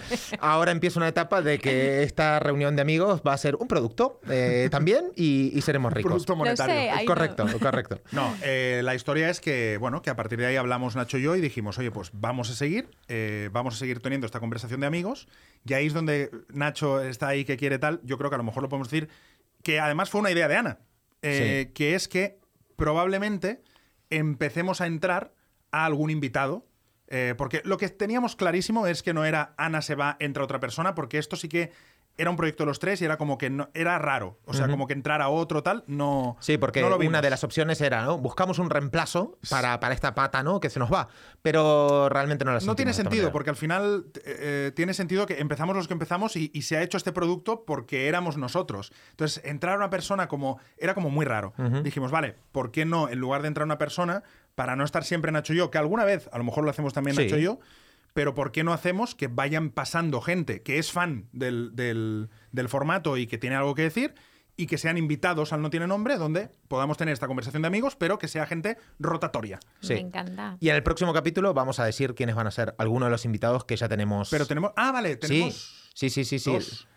porque ahora empieza una etapa de que esta reunión de amigos va a ser un producto eh, también y, y seremos ricos. Producto monetario. sé, I know. Correcto, correcto. No, eh, la historia es que, bueno, que a partir de ahí hablamos Nacho y yo y dijimos, oye, pues vamos a seguir, eh, vamos a seguir teniendo esta conversación de amigos. Y ahí es donde Nacho está ahí que quiere tal. Yo creo que a lo mejor lo podemos decir, que además fue una idea de Ana, eh, que es que probablemente empecemos a entrar a algún invitado. eh, porque lo que teníamos clarísimo es que no era Ana se va, entra otra persona, porque esto sí que era un proyecto de los tres y era como que no, era raro. O sea, como que entrar a otro tal, no. Sí, porque no lo una vimos. de las opciones era, ¿no? Buscamos un reemplazo para, para esta pata, ¿no? Que se nos va. Pero realmente no la No sentimos de tiene esta sentido, manera. porque al final eh, eh, tiene sentido que empezamos los que empezamos y, y se ha hecho este producto porque éramos nosotros. Entonces, entrar una persona como era como muy raro. Dijimos, vale, ¿por qué no, en lugar de entrar una persona, para no estar siempre Nacho y yo, que alguna vez a lo mejor lo hacemos también Sí. Nacho y yo, pero ¿por qué no hacemos que vayan pasando gente que es fan del, del- del formato y que tiene algo que decir? Y que sean invitados al No Tiene Nombre, donde podamos tener esta conversación de amigos, pero que sea gente rotatoria. Sí. Me encanta. Y en el próximo capítulo vamos a decir quiénes van a ser algunos de los invitados que ya tenemos. Pero tenemos. Ah, vale, tenemos. sí, sí, sí, sí. dos.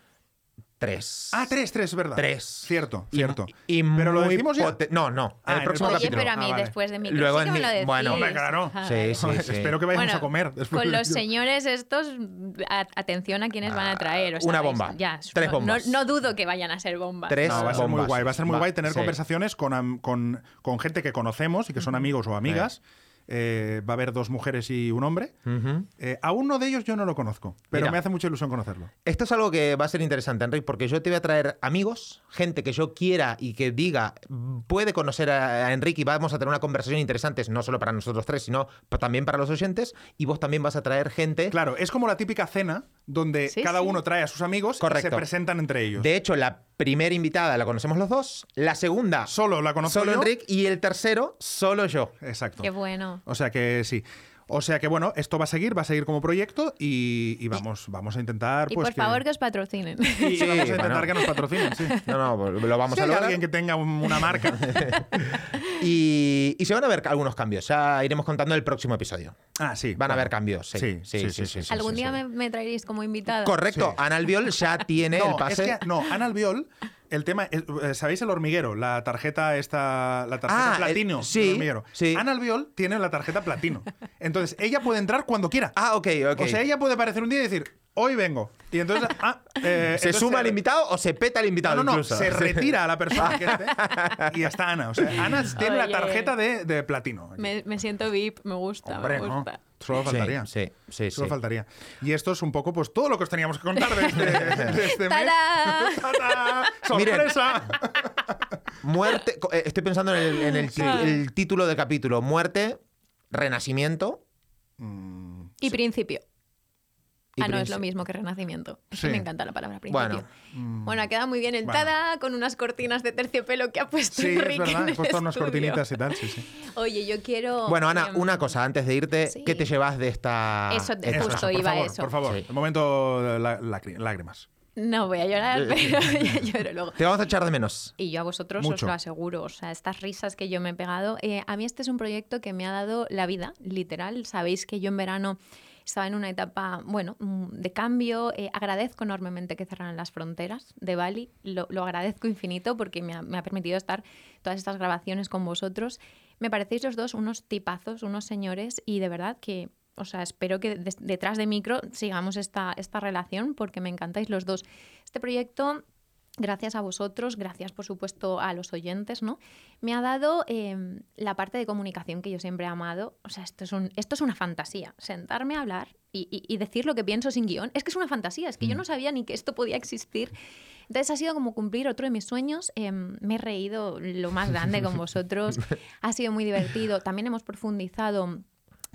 Tres. Ah, tres, tres, es verdad. Tres. Cierto, Y- cierto. Y pero lo muy decimos ya. <laughs> pote- No, no. en Ah, en el el próximo próximo Oye, capítulo. pero a mí Ah, vale. después de mi Luego sí que en me lo mi- decís. bueno, hombre, claro. Ah, Sí, vale. sí, sí. Espero que vayamos Bueno, a comer después. <laughs> Con de- <laughs> los señores estos, a- atención a quienes van a traer. o sea, Ah, Una ¿sabéis? bomba. Ya, Tres no- bombas. No, no dudo que vayan a ser bombas. Tres No, va a ser muy bombas. guay. Va a ser muy Va- guay tener sí. conversaciones con, am- con, con gente que conocemos y que son amigos o amigas. Eh, va a haber dos mujeres y un hombre. Ujú. Eh, a uno de ellos yo no lo conozco, pero Mm. Mira. me hace mucha ilusión conocerlo. Esto es algo que va a ser interesante, Enrique, porque yo te voy a traer amigos, gente que yo quiera y que diga, puede conocer a, a Enrique y vamos a tener una conversación interesante, no solo para nosotros tres, sino pa- también para los oyentes. Y vos también vas a traer gente. Claro, es como la típica cena donde Sí, cada sí. uno trae a sus amigos y Correcto. se presentan entre ellos. De hecho, la primera invitada la conocemos los dos, la segunda Solo la conozco solo yo. Enrique y el tercero solo yo. Exacto. Qué bueno. O sea que sí. O sea que bueno, esto va a seguir, va a seguir como proyecto y, y vamos, vamos a intentar. Y pues, por que- favor que os patrocinen. y Sí, vamos a intentar bueno. que nos patrocinen, sí. No, no, pues lo <laughs> vamos Si a hay lograr. alguien que tenga un- <laughs> una marca. Y, y se van a ver algunos cambios. Ya iremos contando el próximo episodio. Ah, sí. Van a bueno. haber cambios. Sí, sí, sí. sí, sí, Algún sí, día sí. Me, me traeréis como invitada. Correcto, Sí. Ana Albiol ya tiene el <laughs> No, es pase. que, no, Ana Albiol, el tema, es- eh, ¿sabéis el hormiguero? La tarjeta esta, la tarjeta Ah, el- platino. del sí, hormiguero. sí. Ana Albiol tiene la tarjeta platino. Entonces, ella puede entrar cuando quiera. Ah, ok, ok. O sea, ella puede aparecer un día y decir, hoy vengo. Y entonces, ah, eh, ¿Se entonces suma al re- invitado o se peta al invitado No, no, no, incluso? se retira a la persona que esté y ya está Ana. O sea, Ana tiene la Oye. eh, tarjeta de, de platino. Me, me siento VIP, me gusta, Hombre, me no, gusta. Solo faltaría. Sí, sí, sí. Solo sí. faltaría. Y esto es un poco pues todo lo que os teníamos que contar <laughs> de este, de este mes. ¡Tarán! ¡Tarán! Miren. ¡Sorpresa! Muerte. co- eh, Estoy pensando en el, en Ah. el ti- el título del capítulo: Muerte, Renacimiento. Mm. Y principio. y ah, no, es princi- lo mismo que renacimiento. Es Sí. que mm, Me encanta la palabra principio. Bueno. Bueno, ha quedado muy bien el Bueno. tada con unas cortinas de terciopelo que ha puesto Sí, es Enrique en verdad. He el puesto unas estudio. cortinitas y tal, sí, sí. Oye, yo quiero... Bueno, Ana, em, una cosa antes de irte: sí. ¿qué te llevas de esta.? Eso te- esta- Justo por iba a favor, eso. Por favor, Sí. el momento la- lacri- lágrimas. No voy a Eh, llorar, pero <laughs> ya lloro luego. Te vamos a echar de menos. Y yo a vosotros os Mucho. lo aseguro, o sea, estas risas que yo me he pegado, eh, a mí este es un proyecto que me ha dado la vida, literal. Sabéis que yo en verano estaba en una etapa, bueno, mm, de cambio. Eh, agradezco enormemente que cerraran las fronteras de Bali, lo, lo agradezco infinito porque me ha, me ha permitido estar todas estas grabaciones con vosotros. Me parecéis los dos unos tipazos, unos señores, y de verdad que... O sea, espero que des- detrás de micro sigamos esta, esta relación porque me encantáis los dos. Este proyecto gracias a vosotros, gracias por supuesto a los oyentes, ¿no? Me ha dado eh, la parte de comunicación que yo siempre he amado. O sea, esto es, un, esto es una fantasía. Sentarme a hablar y, y- y decir lo que pienso sin guión, es que es una fantasía, es que yo no sabía ni que esto podía existir. Entonces ha sido como cumplir otro de mis sueños. Eh, me he reído lo más grande con vosotros. Ha sido muy divertido. También hemos profundizado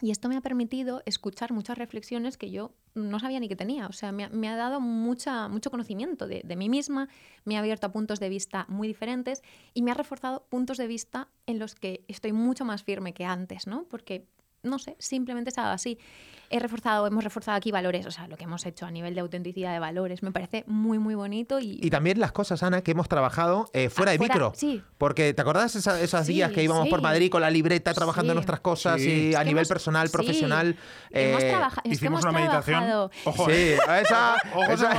y esto me ha permitido escuchar muchas reflexiones que yo no sabía ni que tenía. O sea, me ha, me ha dado mucha, mucho conocimiento de, de mí misma, me ha abierto a puntos de vista muy diferentes y me ha reforzado puntos de vista en los que estoy mucho más firme que antes, ¿no? Porque, no sé, simplemente estaba así. He reforzado, hemos reforzado aquí valores, o sea, lo que hemos hecho a nivel de autenticidad de valores. Me parece muy, muy bonito y... Y también las cosas, Ana, que hemos trabajado eh, fuera Ah, de fuera- micro. sí. Porque ¿te acordás esa- esos Sí, días que íbamos sí. por Madrid con la libreta trabajando Sí. nuestras cosas Sí. y Es a que nivel hemos- personal, sí. profesional? Hemos eh, trabajado- es que Hicimos hemos una meditación. trabajado- Ojo, eh. Sí, a esa. ojo, ese, esa-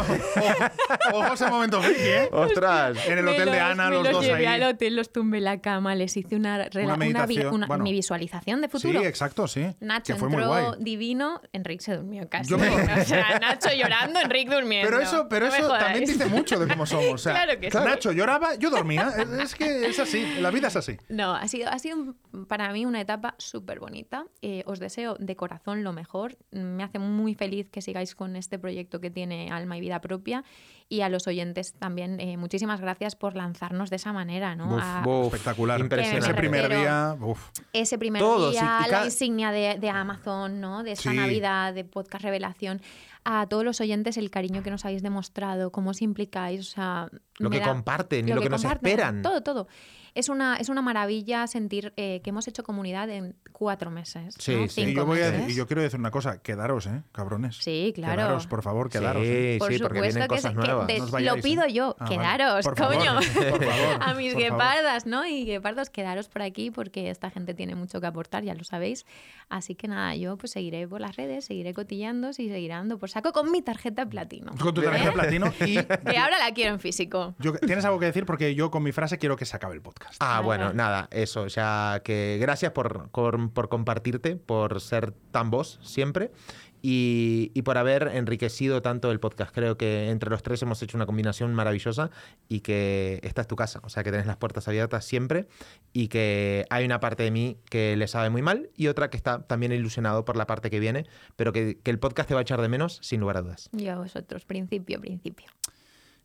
ojo, ojo ese momento friki, ¿eh? ostras. En el Me hotel de los- Ana, me los dos llevé al ahí. hotel, los tumbé en la cama, les hice una, rela- Una una vi- meditación, una- bueno. mi visualización de Sí, futuro. exacto, sí. Nacho que fue muy entró guay. divino, Enrique se durmió casi. Yo me- <laughs> O sea, Nacho llorando, Enrique durmiendo. Pero eso, pero No me eso jodáis. también dice mucho de cómo somos. O sea, <laughs> Claro que sí. Nacho lloraba, yo dormía. Es, es que es así, la vida es así. No, ha sido, ha sido un- para mí una etapa súper bonita. Eh, os deseo de corazón lo mejor. Me hace muy feliz que sigáis con este proyecto que tiene alma y vida propia. Y a los oyentes también, eh, muchísimas gracias por lanzarnos de esa manera, <laughs> ¿no? ah, Buf, A- buf, Espectacular. Impresionante. Ese primer Pero- día, uf. ese primer Todos, día, y- y la ca- insignia de, de Amazon, ¿no? De esa Sí. Navidad, de Podcast Revelación. A todos los oyentes el cariño que nos habéis demostrado, cómo os implicáis, o sea... Lo me que comparten y lo que nos comparten, esperan. Todo, todo. Es una, es una maravilla sentir eh, que hemos hecho comunidad en cuatro meses. Sí, ¿no? sí. Y Cinco yo, voy a, meses. y yo quiero decir una cosa, quedaros, ¿eh? Cabrones. Sí, claro. Quedaros, por favor, quedaros. ¿eh? Sí, Por sí, porque supuesto vienen que, cosas sí, que nuevas. de- No os vayáis, lo pido ¿eh? yo, Ah, vale. quedaros, Por favor, coño. <laughs> por favor, a mis por favor. guepardas, ¿no? Y guepardos, quedaros por aquí porque esta gente tiene mucho que aportar, ya lo sabéis. Así que nada, yo pues seguiré por las redes, seguiré cotillando, y seguiré dando por saco con mi tarjeta platino. Con tu tarjeta ¿Eh? platino y... Que ahora la quiero en físico. yo- ¿Tienes algo que decir? Porque yo con mi frase quiero que se acabe el podcast. Ah, Nada. bueno, nada, eso. O sea, que gracias por, por, por compartirte, por ser tan vos siempre y, y por haber enriquecido tanto el podcast. Creo que entre los tres hemos hecho una combinación maravillosa y que esta es tu casa. O sea, que tenés las puertas abiertas siempre y que hay una parte de mí que le sabe muy mal y otra que está también ilusionado por la parte que viene, pero que, que el podcast te va a echar de menos, sin lugar a dudas. Yo a vosotros, principio, principio.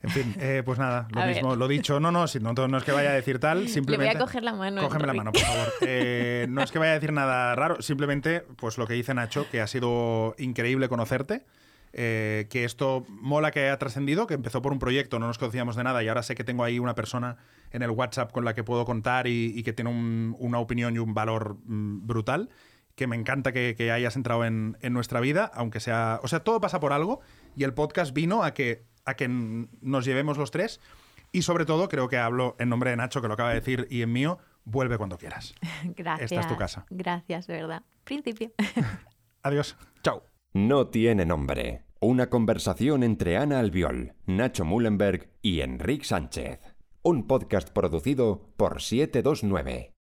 En fin, eh, pues nada, lo A mismo, lo dicho. No, no, si no, no es que vaya a decir tal, Le voy simplemente... a coger la mano. Cógeme la Enrique. mano, por favor. Eh, no es que vaya a decir nada raro, simplemente pues lo que dice Nacho, que ha sido increíble conocerte, eh, que esto mola que haya trascendido, que empezó por un proyecto, no nos conocíamos de nada y ahora sé que tengo ahí una persona en el WhatsApp con la que puedo contar y, y que tiene un- una opinión y un valor mm, brutal. que me encanta que, que hayas entrado en, en nuestra vida, aunque sea... O sea, todo pasa por algo y el podcast vino a que, a que n- nos llevemos los tres y sobre todo, creo que hablo en nombre de Nacho, que lo acaba de decir, y en mío, vuelve cuando quieras. <laughs> Gracias. Esta es tu casa. Gracias, de verdad. Principio. Adiós. Chao. No tiene nombre. Una conversación entre Ana Albiol, Nacho Mullenberg y Enrique Sánchez. Un podcast producido por 729.